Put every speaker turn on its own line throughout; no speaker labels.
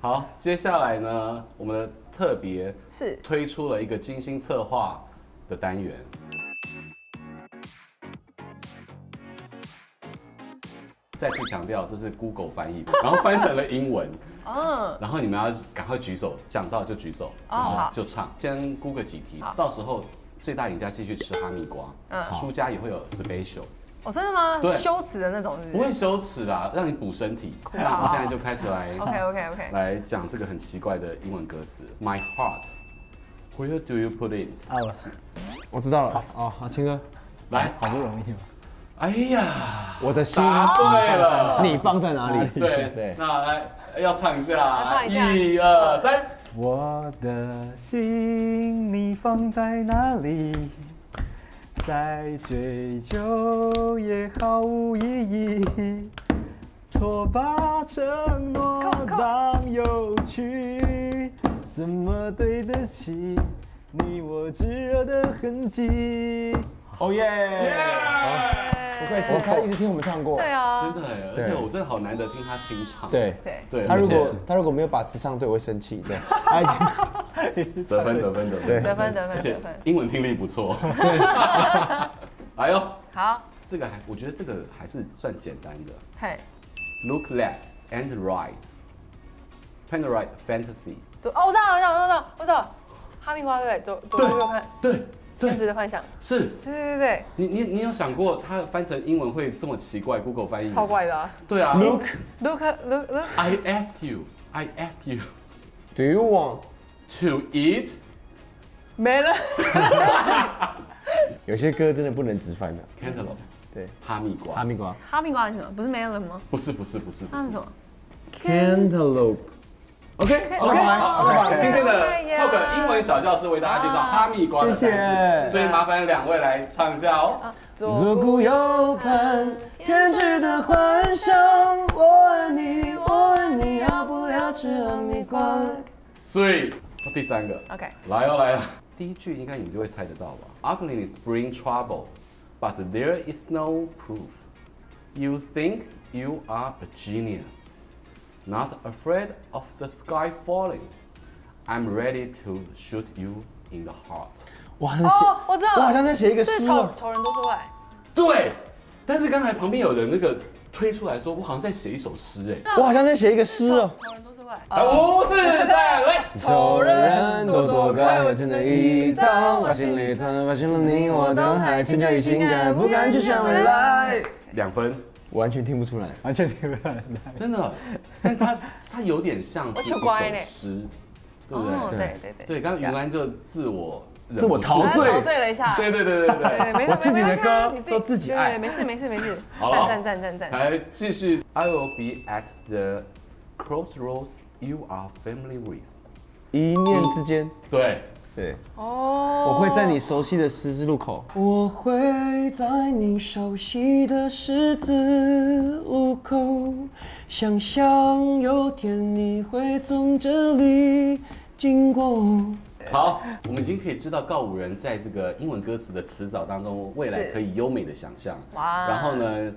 好，接下来呢，我们的特别
是
推出了一个精心策划的单元。再次强调，这是 Google 翻译，然后翻成了英文，
嗯，
然后你们要赶快举手，想到就举手，
哦
然后
好
就唱，先估个几题
好，
到时候最大赢家继续吃哈密瓜，
嗯
输家也会有 special，
哦，真的吗？
对
羞耻的那种是
不
不是
会羞耻啦，让你补身体。那我们现在就开始来
？OK OK OK，
来讲这个很奇怪的英文歌词，My heart。Where do you put it？
啊，我我知道了。哦，好，青哥，
来，
好不容易嘛。
哎呀，
我 的心
答对了，
哦你放在哪里？
对对，那来要唱一下，
唱一下
一二三，
我的心你放在哪里？再追求也毫无意义，错把承诺当有趣，怎么对得起你我炙热的痕迹？哦耶！
不愧是他一直听我们唱过。
对啊
真，的耶，而
对
且我真的好难得听他清唱，
对
对，
对，
他如
而
果
且
他如果没有把词唱对，我会生气。对，哎
得分得分得分，
得分得
而
分
且
得分，
英文听力不错， 哎呦，
好，
这个还我觉得这个还是算简单的
嘿，
，Look left and right, turn right fantasy，
左哦，我知道，我知道，我知道，我知道，哈密瓜对不对？左左顾右看，
对
天使
对
的幻想，
是。
对对对
你你你有想过它翻成英文会这么奇怪？Google 翻译
对，
嗯
超。怪的啊
对啊。
，Look,
，look look look，
I ask you, I ask you
do you want？
to eat。
没了，
有些歌真的不能直翻的、
Cantaloupe，
对，
哈密瓜。
哈密瓜
哈密瓜是什么？不是没了吗？
不是不是不是不
那是
是
什。么
，Cantaloupe。
OK
OK，
OK，好，
OK，
好今天的
哎呀
Talk 英文小教师为大家介绍哈密瓜的单
谢谢
词，所以麻烦两位来唱一下哦。
啊？左
左顾右盼，偏执的幻想，我爱你，我爱你，要不要吃哈密瓜？
所以第三个，
OK，
来哦来哦，第一句应该你们就会猜得到吧？Ugliness bring trouble, but there is no proof. You think you are a genius, not afraid of the sky falling. I'm ready to shoot you in the heart.
我很写，
哦，我知道了，
我好像在写一个
是
诗
丑
哦。
丑人多出来，
对，但是刚才旁边有人那个推出来说，我好像在写一首诗哎。哦
我好像在写一个诗哦。
丑人多出来，
来，五四三来，
仇人都作怪，我真的一刀，我心里早就发现了你我都还欠缺于情感，不敢去想未 来。
两分，
我完全听不出来。
完全听不到。
真的，但它它有点像是一
我求乖嘞
首诗，对不对？
哦，对对对，
对，刚刚云安就自我忍
自
不
我
住
陶
我
醉
陶醉了一下，
对对对对
对
对，
对， 没
我自己的歌都自己爱
对，没事没事没事，
好了
赞赞赞赞赞，
来继续。I will be at the crossroads you are family with。
一念之间，
对，
对，
哦，
我会在你熟悉的十字路口。我会在你熟悉的十字路口，想象有天你会从这里经过。
好，我们已经可以知道告五人在这个英文歌词的词藻当中，未来
是
可以优美的想象。
哇
然后呢，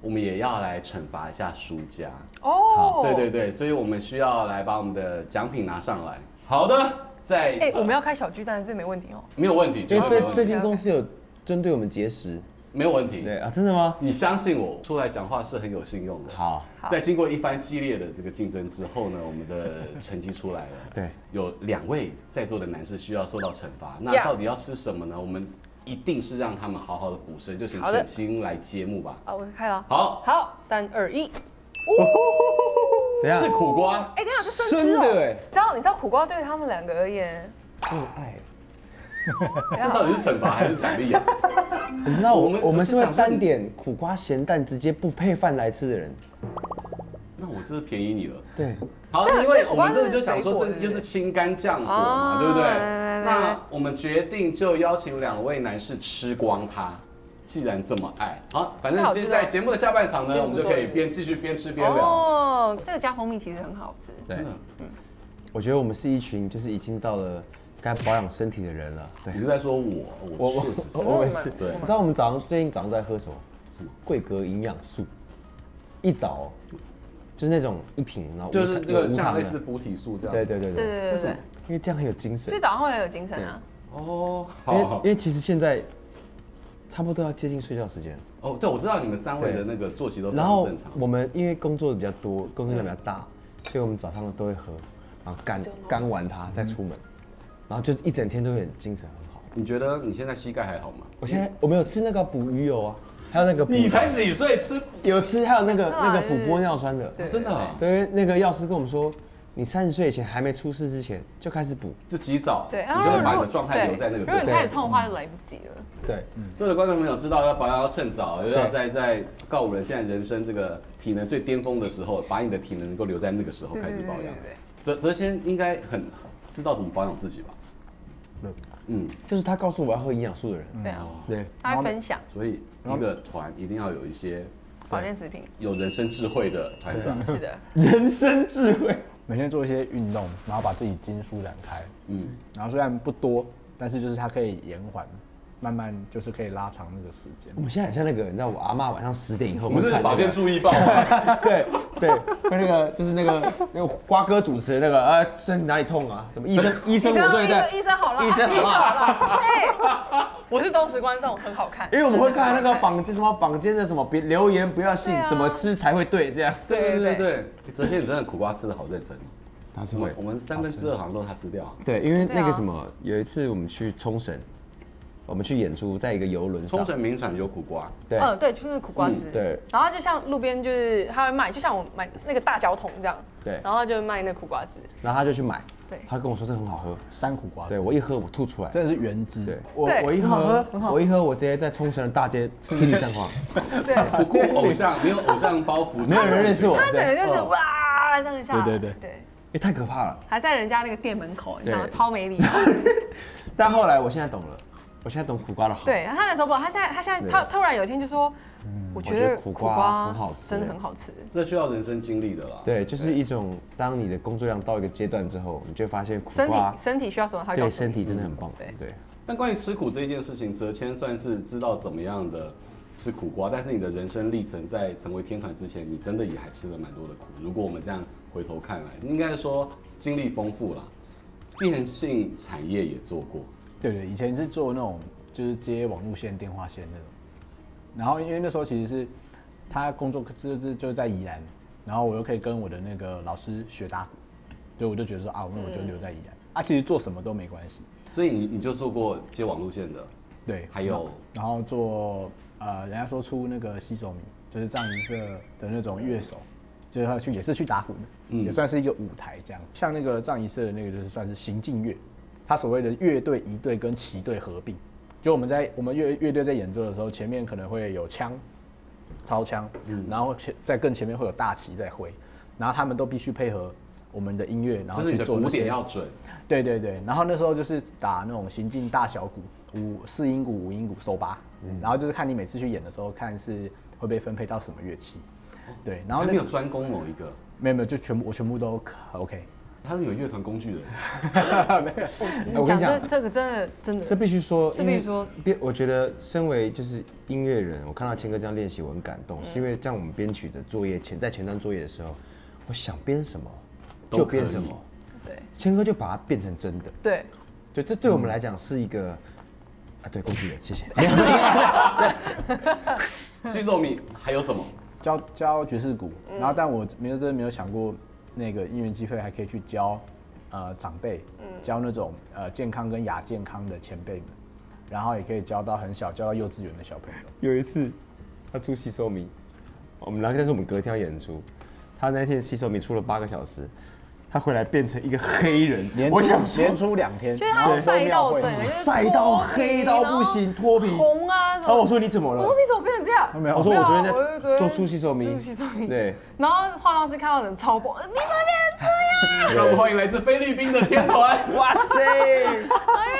我们也要来惩罚一下输家。
哦，
对对对，所以我们需要来把我们的奖品拿上来。好的，在、
哎、我们要开小巨蛋，这没问题哦。
没有问题，
因
绝对
为
没有
最
问
最
题
近公司有针对我们节食。
没有问题。
对啊，真的吗？
你相信我，出来讲话是很有信用的。
好，
好
在经过一番激烈的这个竞争之后呢，我们的成绩出来了。
对，
有两位在座的男士需要受到惩罚。那
Yeah
到底要吃什么呢？我们一定是让他们好好的补身，就请
好的
全新来揭幕吧。
啊，我开了。
好，
好，三二一。
等一
是
下，
苦瓜，
哎、等一下这生吃
真
哦、
的哎，
你知道你知道苦瓜对他们两个而言，
热爱。
这到底是惩罚还是奖励啊？
你知道
我
我
们
我们是
我是
会
想说
单点苦瓜咸蛋直接不配饭来吃的人。
那我真是便宜你了。
对，
好，
这
因为
这
我
苦瓜
们真的
是
就想说，
水果
这
对不
又
对
是清肝降火嘛，
哦
对不对
来来来？来
那我们决定就邀请两位男士吃光它。既然这么爱，好，反正
这好吃
今
哦
天在节目的下半场呢，
这
我
个不
们
错
就可以边继续边吃边聊。
哦，这个加蜂蜜其实很好吃。
对
真的，
我觉得我们是一群就是已经到了该保养身体的人了。对
你，是在说我？
我
我
我
确实是
我我也是。
对
你知道我们早上最近早上在喝什么？什么？桂格营养素。一早哦就是那种一瓶，然后 无
就是
糖
那个
有无
像
糖
类
的
似补体素这样。
对对对
对
对，
对对对
因为这样很有精
对，
神
所以。早上会很有精神啊。
哦，
因为
好
因。为其实现在差不多要接近睡觉时间了，
哦，对，我知道你们三位的那个作息都非
然
常
后
正常。嗯
我们因为工作比较多，工作量比较大，所以我们早上都会喝，然后干干完它再出门，
嗯
然后就一整天都会很精神很好。
你觉得你现在膝盖还好吗？
我现在我们有吃那个补鱼油啊，还有那个补
几岁吃？
有吃，还有那个
吃啊
那个补玻尿酸的，
对
真的啊
对，那个药师跟我们说，你三十岁以前还没出事之前就开始补。
就及早，
对，啊
你就会
如
把你
果
的状态留在那个
对如果
状
你
态。
开始痛的话，就来不及了。
对，
所有的观众朋友知道要保养要趁早，要在在告五人现在人生这个体能最巅峰的时候，把你的体能能够留在那个时候开始保养。嗯哲哲谦应该很知道怎么保养自己吧？
嗯
嗯，
就是他告诉我要喝营养素的人。
对啊，
哦
对，
他会分享
所以一个团一定要有一些
保健食品，
有人生智慧的团长。
是的，
人生智慧。
每天做一些运动，然后把自己筋舒展开，
嗯，
然后虽然不多，但是就是它可以延缓，慢慢就是可以拉长那个时间
我。们现在很像那个，你知道我阿嬷晚上十点以后，
我们是
看那个
保健注意啊报吗？
对对，跟那个就是那个那个瓜哥主持的那个啊，身体哪里痛啊？什么医生医生我对待
医生医生好了，
医 生好啦。
我是忠实观众，很好看。
因为我们会看那
真的很好
个
看，
坊间什么坊间的什么别留言不要信
对，啊
怎么吃才会对这样。
对
对
对对
对
对，哲谦你真的苦瓜吃的好认真哦。
他是
我们我们三分之二好像都是他吃掉啊。
对，因为
对啊
那个什么，有一次我们去冲绳，我们去演出，在一个游轮
冲
上，
绳名产有苦瓜，
对
嗯，对，就是苦瓜汁。
嗯
对。
然后它就像路边就是他会卖，就像我买那个大脚桶这样，
对，
然后它就卖那苦瓜汁。
然后他就去买
对，
他跟我说这很好喝，
山苦瓜，
对，我一喝我吐出来，
哦真的是原汁。
对我
对
我一
很好喝
喝
很好喝
我一喝我直接在冲绳的大 街霹雳绽放，
对，
不顾偶像，没有偶像包袱，
没有人认识我，
它整个
对，
就是哇这样一下来。
对对对
对，
也太可怕了。
还在人家那个店门口，你知道吗？
对
超没礼貌。
但后来我现在懂了，我现在懂苦瓜的好，
对，他那时候不，他现在他现在他突然有一天就说，我觉
嗯我觉
得
得
苦
苦
瓜
瓜很好吃
真的很好吃。
这需要人生经历的啦。
对，就是一种当你的工作量到一个阶段之后，你就会发现苦
身体
瓜
身体需要什么，他会告
对
诉
身
你。
体真的很棒，
对
对。
但关于吃苦这件事情，哲谦算是知道怎么样的吃苦瓜，但是你的人生历程在成为天团之前，你真的也还吃了蛮多的苦。如果我们这样回头看来，应该说经历丰富啦，电信产业也做过，
对对，以前是做那种就是接网路线、电话线那种。然后因为那时候其实是他工作就是就是在宜兰，然后我又可以跟我的那个老师学打鼓，所以我就觉得说啊，那我就留在宜兰。啊，其实做什么都没关系。
所以你你就做过接网路线的，
对，
还有
然后做呃，人家说出那个西手迷，就是藏仪社的那种乐手，就是他去也是去打鼓的，
嗯
也算是一个舞台这样。像那个藏仪社的那个就是算是行进乐，他所谓的乐队、仪队跟旗队合并。就我们在我们乐乐队在演奏的时候，前面可能会有枪、操枪，
嗯
然后前在更前面会有大旗在挥，然后他们都必须配合我们的音乐，然
就
后
是你
去
的
做
鼓
那些
点要准，
对对对，然后那时候就是打那种行进大小鼓，五四音鼓、五音鼓、手把，
嗯
然后就是看你每次去演的时候，看是会被分配到什么乐器。
哦
对，然后
还
那
没有专攻某一个，
没有没有，就全部我全部都 OK。
他是有乐团工具人。
哎我跟你讲
嗯这这个真的真的
这必须说，
这
因
必须
为
说
编，我觉得身为就是音乐人，我看到谦哥这样练习，我很感
嗯
动，是因为像我们编曲的作业前在前端作业的时候，我想编什么
都
就
可
编
以
什么，
对
谦哥就把它变成真的，
对，
就这对我们来讲是一个。啊，对，工具人，谢谢。
西索米还有什么？
教教爵士鼓，
嗯
然后但我没有真的没有想过那个因缘机会还可以去教呃长辈，
嗯
教那种呃健康跟亚健康的前辈们，然后也可以教到很小，教到幼稚园的小朋友。
有一次，他出吸收迷，我们那天是我们隔天要演出，他那天吸收迷出了八个小时，他回来变成一个黑 人，
连
我
出
想说
连出两天，
就是
然后
他晒
庙
到
会
整个就是
晒到
脱皮
黑到不行，脱皮
然。后红啊什
然后
么。
哦我说你怎么
我
了
说？你怎么变成这样？
没有
我说我昨天
没有我就
在
昨天
做出吸收迷
出吸收，迷
对，
然后化妆师看到人超爆，你怎么变成
让我们欢迎来自菲律宾的天团。
哇塞，
这 样？因为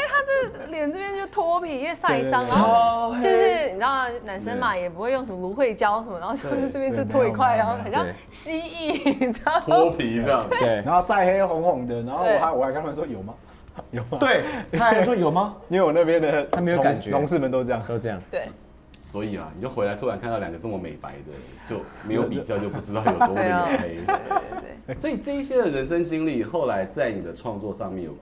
他这脸这边就脱皮，因为晒伤，啊
对对
然后
超
就
黑。
是你知道男生嘛，也不会用什么芦荟胶什么，然后就是
对
这边就
对
脱一块，
没有
然后很像
对
蜥蜴，你知道吗？
脱皮这样，
对
然后晒黑红红的，然后
对
我还我还跟他们说有吗？有吗？，
对，他还说有吗？
因为我那边的
他没有
同
感觉
同事们都这样。
都这样。
对，
所以啊，你就回来突然看到两个这么美白的，就没有比较就不知道有多么
对啊
的黝黑。
对对对，
所以这一些的人生经历，后来在你的创作上面有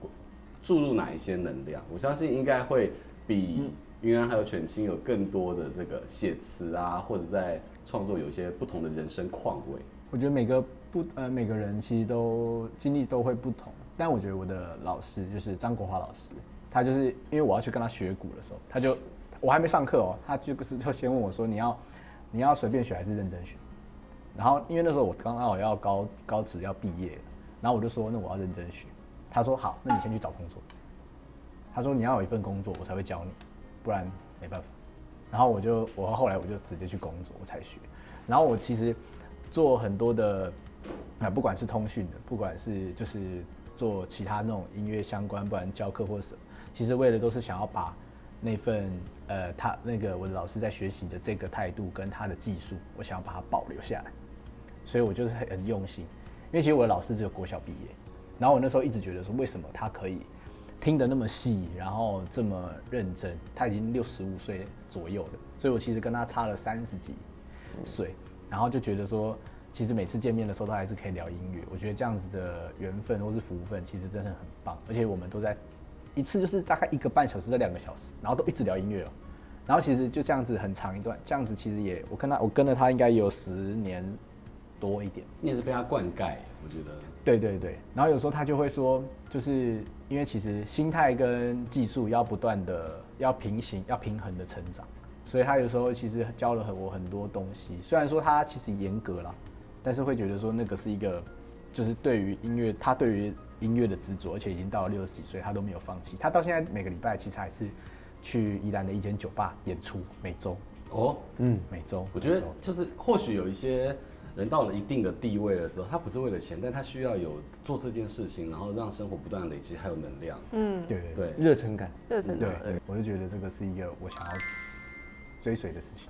注入哪一些能量？我相信应该会
嗯
比云安还有犬青有更多的这个写词啊，或者在创作有一些不同的人生况味。
我觉得每个不呃每个人其实都经历都会不同，但我觉得我的老师就是张国华老师，他就是因为我要去跟他学鼓的时候，他就我还没上课哦，他就是就先问我说你要你要随便学还是认真学？然后因为那时候我刚好要高高职要毕业了，然后我就说那我要认真学，他说好，那你先去找工作。他说你要有一份工作我才会教你，不然没办法。然后我就我后来我就直接去工作，我才学。然后我其实做很多的，啊，不管是通讯的，不管是就是做其他那种音乐相关，不然教课或什么，其实为了都是想要把那份呃他那个我的老师在学习的这个态度跟他的技术，我想要把它保留下来。所以我就是很很用心，因为其实我的老师只有国小毕业，然后我那时候一直觉得说，为什么他可以听得那么细，然后这么认真？他已经六十五岁左右了，所以我其实跟他差了三十几岁，然后就觉得说，其实每次见面的时候都还是可以聊音乐，我觉得这样子的缘分或是福分，其实真的很棒，而且我们都在一次就是大概一个半小时到两个小时，然后都一直聊音乐哦。然后其实就这样子很长一段，这样子其实也我跟他我跟了他应该也有十年多一点，
你也是被他灌溉，我觉得。
对对对，然后有时候他就会说，就是因为其实心态跟技术要不断的要平行，要平衡的成长，所以他有时候其实教了很我很多东西。虽然说他其实严格啦，但是会觉得说那个是一个，就是对于音乐，他对于音乐的执着，而且已经到了六十几岁，他都没有放弃。他到现在每个礼拜其实还是去宜兰的一间酒吧演出，每周
哦，
嗯，
每周。
我觉
每
得
周
就是或许有一些人到了一定的地位的时候，他不是为了钱，但他需要有做这件事情，然后让生活不断地累积，还有能量。
嗯，
对对对
对，
热忱感。
热忱的，
对，我就觉得这个是一个我想要追随的事情。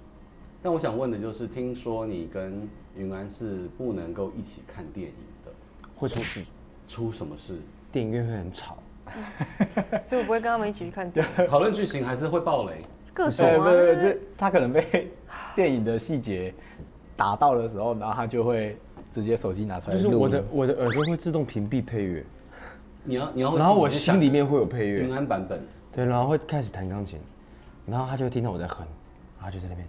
但我想问的就是，听说你跟云安是不能够一起看电影的，
会出事，
出什么事？
电影院会很吵。
所以我不会跟他们一起去看电影，
讨论剧情还是会爆雷？
各种
哎
对，不
啊，
是，
就是
这他可能被 电影的细节打到的时候，然后他就会直接手机拿出来
就
录。
是我的我的耳朵会自动屏蔽配乐，
你要你要，
然后我心里面会有配
云
乐，
安版本，
对，然后会开始弹钢琴，然后他就会听到我在哼，然后他就在那边，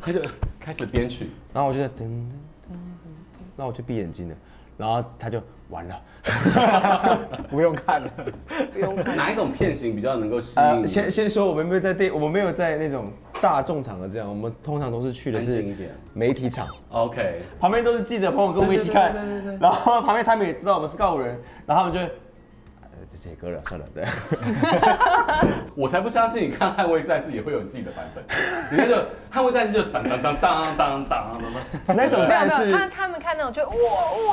他就开始编曲，
然后我就在噔噔噔噔，然后我就闭眼睛了，然后他就完了，
不用看了，
不用看。
哪一种片型比较能够吸引
呃，
你？
先先说，我们没有在电，我们没有在那种大众场合这样，我们通常都是去的
安静一
是
点
媒体场，
OK，
旁边都是记者朋友跟我们一起看，然后旁边他们也知道我们是告五人，然后他们就会，呃，这些歌了，算了，对，
我才不相信你看《捍卫战士》也会有你自己的版本。你那个《捍卫战士》就当当当当当当当
那种但
没有没有，他
是
他们看那种就哇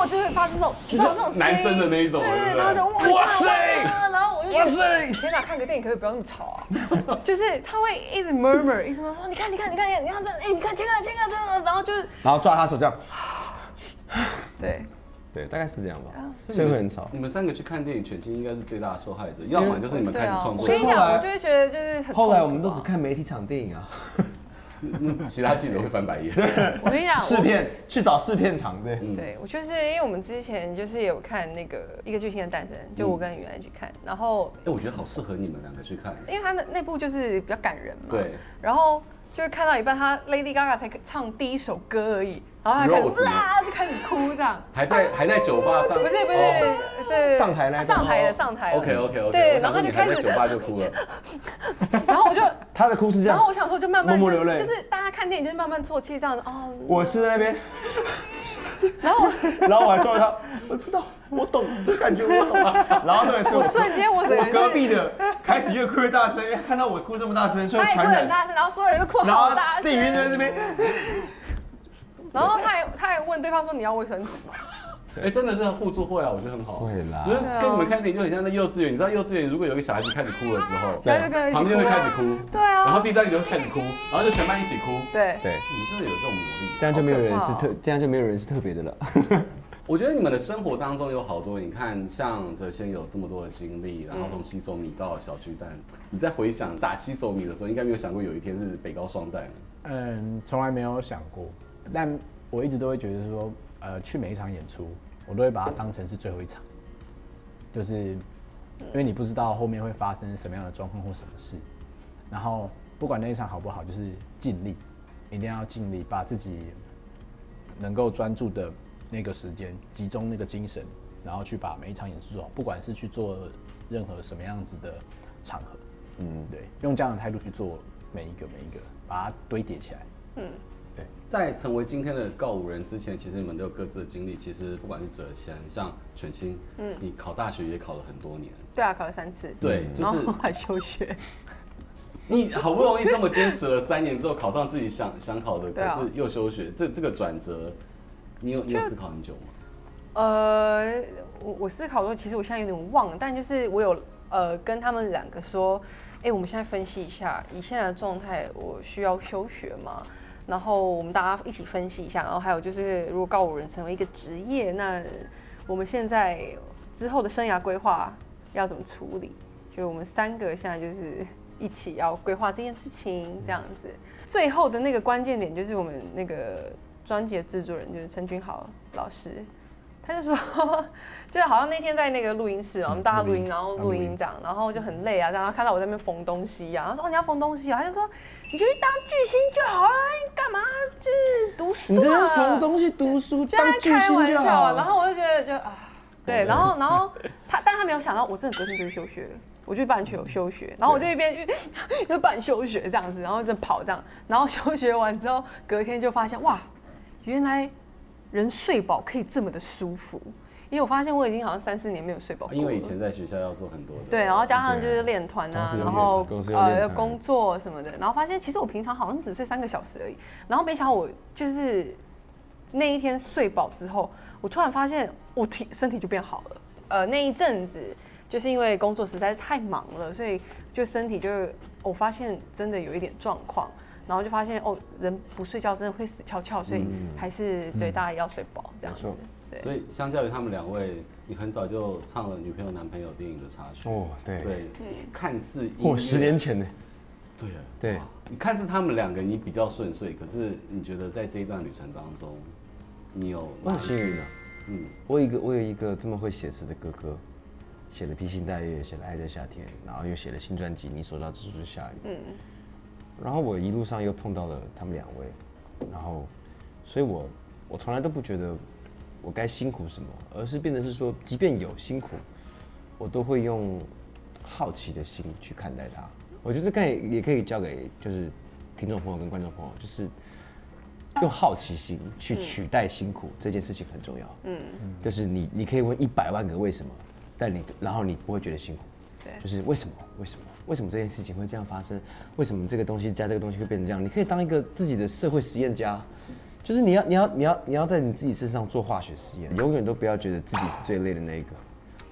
哇就会发出那种，你知道这种
男生的那一种
声音
对
对对，
不对
然后就哇
哇
塞
塞，
然后我就哇塞，天哪，看个电影可不可以不要那么吵啊？就是他会一直 murmur，一直说你看你看你看你看这，哎你看这个这个这个，然后就是
然后抓他手这样，
对，
对，大概是这样吧，所以会很吵。
你们三个去看电影，犬青应该是最大的受害者，要么就是你们
对
开始
啊，
创
我
作
跟，你
后
讲，
来
我就会觉得就是很。
后来我们都只，看媒体场电影啊，
嗯其他记者会翻白眼。
我跟你讲，啊我
试片去找试片场对，
对，我就是因为我们之前就是有看那个一个巨星的诞生，就
嗯
我跟雨安一起看，然后
哎，我觉得好适合你们两个去看。
因为他那那部就是比较感人嘛，
对，
然后就是看到一半，他 Lady Gaga 才唱第一首歌而已，然后他开
Rose
始啊就开始哭这样，
还在还在酒吧上，
不是不是，
哦
对对，
上台那一段哦
上台了上台了
OK OK OK，
对
我
然
想
后
说你
他就开
还
始
在酒吧就哭了，
然后我就，
他的哭是这
然
样
后，我想说就慢慢
默
就
默流
是
泪
就是大家看电影就是慢慢啜泣这样子哦，
我是在那边，
然后
然后我还抓着他，我知道，我懂这感觉，我懂。 然后重点是
我
我
瞬间我整个
我
人
隔壁的开始越哭越大声，因为看到我哭这么大声，所以
他也哭
传
得很
染。
大声，然后所有人都哭得哎
然
好
后
大
电影院
声，
在那边，
然后他还他还问对方说你要卫生纸吗？
哎、真的是互助会啊，我觉得很好。
会啦
只是跟你们看电影就很像在幼稚园，你知道幼稚园如果有一个小孩子开始哭了之后，
然后就跟人一起
旁边
哭
会
啊
开始哭，
对啊
然后第三个就会开始哭，然后就全班一起哭。
对。
对，
你们真的有这种魔力。
这样就没有人是
好可怕
特，这样就没有人是特别的了。
我觉得你们的生活当中有好多，你看像泽先有这么多的经历，然后
嗯
从西索米到小巨蛋，你在回想打西索米的时候，应该没有想过有一天是北高双蛋。
嗯，从来没有想过，但我一直都会觉得说，呃，去每一场演出，我都会把它当成是最后一场，就是因为你不知道后面会发生什么样的状况或什么事，然后不管那一场好不好，就是尽力，一定要尽力把自己能够专注的那个时间，集中那个精神，然后去把每一场演出做好，不管是去做任何什么样子的场合，嗯，对，用这样的态度去做每一个每一个，把它堆叠起来。
在成为今天的告五人之前，其实你们都有各自的经历。其实不管是哲谦，像犬青，嗯，你考大学也考了很多年，
对啊，考了三次，
对，就
然
是
后还休学，
你好不容易这么坚持了三年之后，考上自己想想考的，
对啊
可是又休学，这这个转折，你有你有思考很久吗？
呃，我我思考说，其实我现在有点忘了，但就是我有呃跟他们两个说，哎、我们现在分析一下，以现在的状态，我需要休学吗？然后我们大家一起分析一下，然后还有就是，如果告五人成为一个职业，那我们现在之后的生涯规划要怎么处理？就我们三个现在就是一起要规划这件事情，这样子。最后的那个关键点就是我们那个专辑的制作人就是陈君豪老师，他就说， 就是好像那天在那个录音室嘛，
嗯
我们大家录音，然后录音这样，然后就很累啊，然后看到我在那边缝东西啊，然后说哦你要缝东西啊，他就说你就去当巨星就好了，你干嘛就是读书、啊？
你这边缝东西、读书、
就在
当巨
开
星
玩
就
笑
好
啊，
了。
然后我就觉得就啊，对，然后然后他，但他没有想到我真的隔天就去休学了。我就办休休学，然后我就一边就办休学这样子，然后就跑这样，然后休学完之后，隔天就发现哇，原来人睡饱可以这么的舒服，因为我发现我已经好像三四年没有睡饱过了，
因为以前在学校要做很多的，
对，然后加上就是练团
公
啊
司，有
然
练
后
团公司有练
呃
团
工作什么的，然后发现其实我平常好像只睡三个小时而已，然后没想到我就是那一天睡饱之后，我突然发现我体身体就变好了。呃，那一阵子就是因为工作实在是太忙了，所以就身体就是我发现真的有一点状况，然后就发现哦，人不睡觉真的会死翘翘，所以还是对大家要睡饱这样子
嗯没错。
对
所以相较于他们两位，你很早就唱了女朋友、男朋友电影的插曲。
哦，对，
对，看似音乐
哦，十年前呢，
对啊
对
哇你看似他们两个你比较顺遂，可是你觉得在这一段旅程当中，你有
我很幸运的。
嗯，
我有一个我有一个这么会写词的哥哥，写了《披星戴月》，写了《爱在夏天》，然后又写了新专辑《你手上只是下雨》。嗯。然后我一路上又碰到了他们两位，然后，所以我我从来都不觉得我该辛苦什么，而是变得是说，即便有辛苦，我都会用好奇的心去看待它。我觉得这概念也可以交给就是听众朋友跟观众朋友，就是用好奇心去取代辛苦、这件事情很重要。嗯，就是你你可以问一百万个为什么，但你然后你不会觉得辛苦。
对
就是为什么？为什么？为什么这件事情会这样发生？为什么这个东西加这个东西会变成这样？你可以当一个自己的社会实验家，就是你要你要你要你要在你自己身上做化学实验，永远都不要觉得自己是最累的那一个，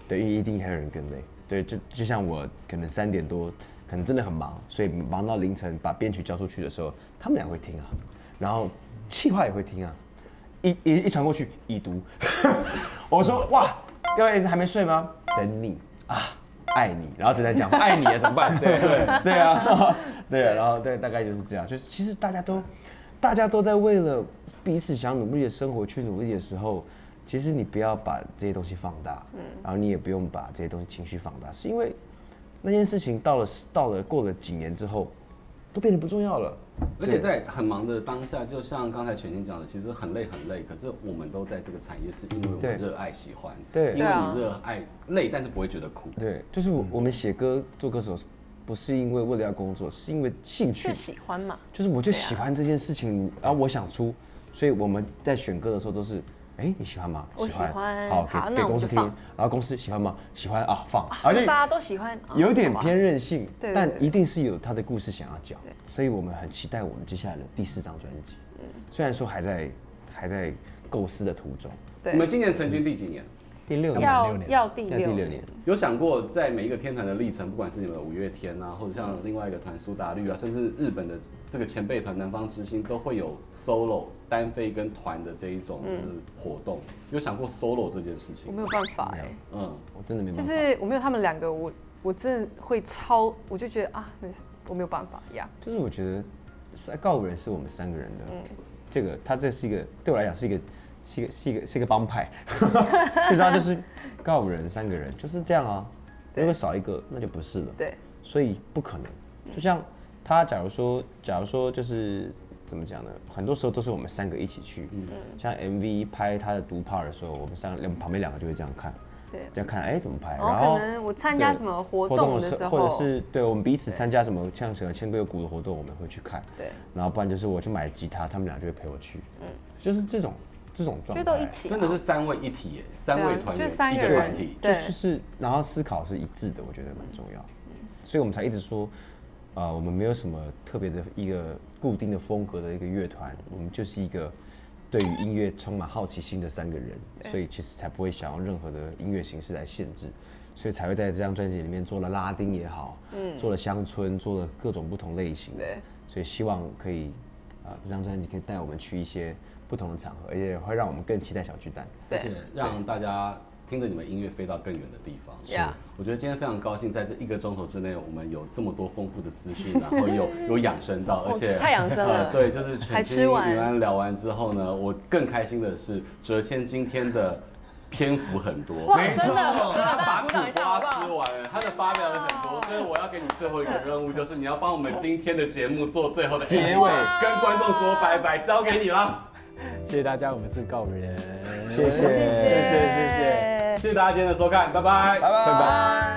对，因为一定还有人更累。对，就就像我可能三点多，可能真的很忙，所以忙到凌晨把编曲交出去的时候，他们俩会听啊，然后气话也会听啊，一一一传过去已读，我说哇，各位还没睡吗？等你啊，爱你，然后只能 讲爱你啊，怎么办？对对对啊， 对啊，然后对，大概就是这样，就是其实大家都大家都在为了彼此想努力的生活去努力的时候。其实你不要把这些东西放大，然后你也不用把这些东西情绪放大，是因为那件事情到了到了过了几年之后，都变得不重要了。
而且在很忙的当下，就像刚才全新讲的，其实很累很累，可是我们都在这个产业，是因为我
对
们热爱喜欢，
对
因为你热爱累，但是不会觉得苦。
对，就是我我们写歌做歌手，不是因为为了要工作，是因为兴趣
就，喜欢嘛，
就是我就
啊
喜欢这件事情，然后我想出，所以我们在选歌的时候都是，哎，你喜欢吗？
我喜欢
好
好
给
那
给
我
公司
就
听
放，
然后公司喜欢吗？喜欢啊，放，而
就
且
大家都喜欢，啊
有点
好吧
偏任性，
对对
但
对
一定是有他的故事想要讲
对，嗯
所以我们很期待我们接下来的第四张专辑，虽然说还在还在构思的途中，
对
你们今年成军第几年？
第六年
要要第
要第
六
六年。
有想过在每一个天团的历程，不管是你们的五月天啊，或者
嗯
像另外一个团苏打绿啊，甚至日本的这个前辈团南方之星，都会有 solo 单飞跟团的这一种
嗯
就是活动，有想过 solo 这件事
我
情吗？
没有办法哎、
嗯，
我真的没
就
办法。
是我没有他们两个，我我真的会超，我就觉得啊，那是我没有办法呀。
就是我觉得是告五人是我们三个人
嗯
的，这个他这是一个对我来讲是一个是一个是一个是一个帮 派，你知道就是告五人三个人就是这样啊，如果少一个那就不是了，
对，
所以不可能。就像他假如说假如说就是怎么讲呢？很多时候都是我们三个一起去，
嗯
像 MV 拍他的独拍的时候，我们三个两旁边两个就会这样看，
对
这样看哎怎么拍，
然后可能我参加什么活动的时候，
或者是对我们彼此参加什么像什么千歌有谷的活动，我们会去看。
对，
然后不然就是我去买吉他，他们俩就会陪我去。就是这种这种状
就嗯
态，
都一起、啊，
真的是三位一体耶，三位团
对啊
员
就三
一
个
个团
人
体，，
就
对
是就是然后思考是一致的，我觉得蛮重要。所以我们才一直说，呃，我们没有什么特别的一个固定的风格的一个乐团，我们就是一个对于音乐充满好奇心的三个人，所以其实才不会想要任何的音乐形式来限制。所以才会在这张专辑里面做了拉丁也好，做了乡村，做了各种不同类型的。
对
所以希望可以，啊、这张专辑可以带我们去一些不同的场合，而且会让我们更期待小巨蛋。
而
对
且让大家听着你们音乐飞到更远的地方。
是啊 Yeah
我觉得今天非常高兴，在这一个钟头之内，我们有这么多丰富的资讯，然后 有有养生到，而且
哦太养生了
呃对，就是全
还
新
吃
云
完
安聊完之后呢，我更开心的是哲谦今天的。篇幅很多，
哇没错真的我知
他
道
把
鼓
苦
掌一下
瓜
好不好
吃完了，他的发表了很多，所以我要给你最后一个任务，就是你要帮我们今天的节目做最后的
结
ending，
尾
跟观众说拜拜，交给你了。
谢谢大家，我们是告人，
谢谢
谢谢谢谢。
谢谢大家今天的收看，拜拜，拜拜
拜。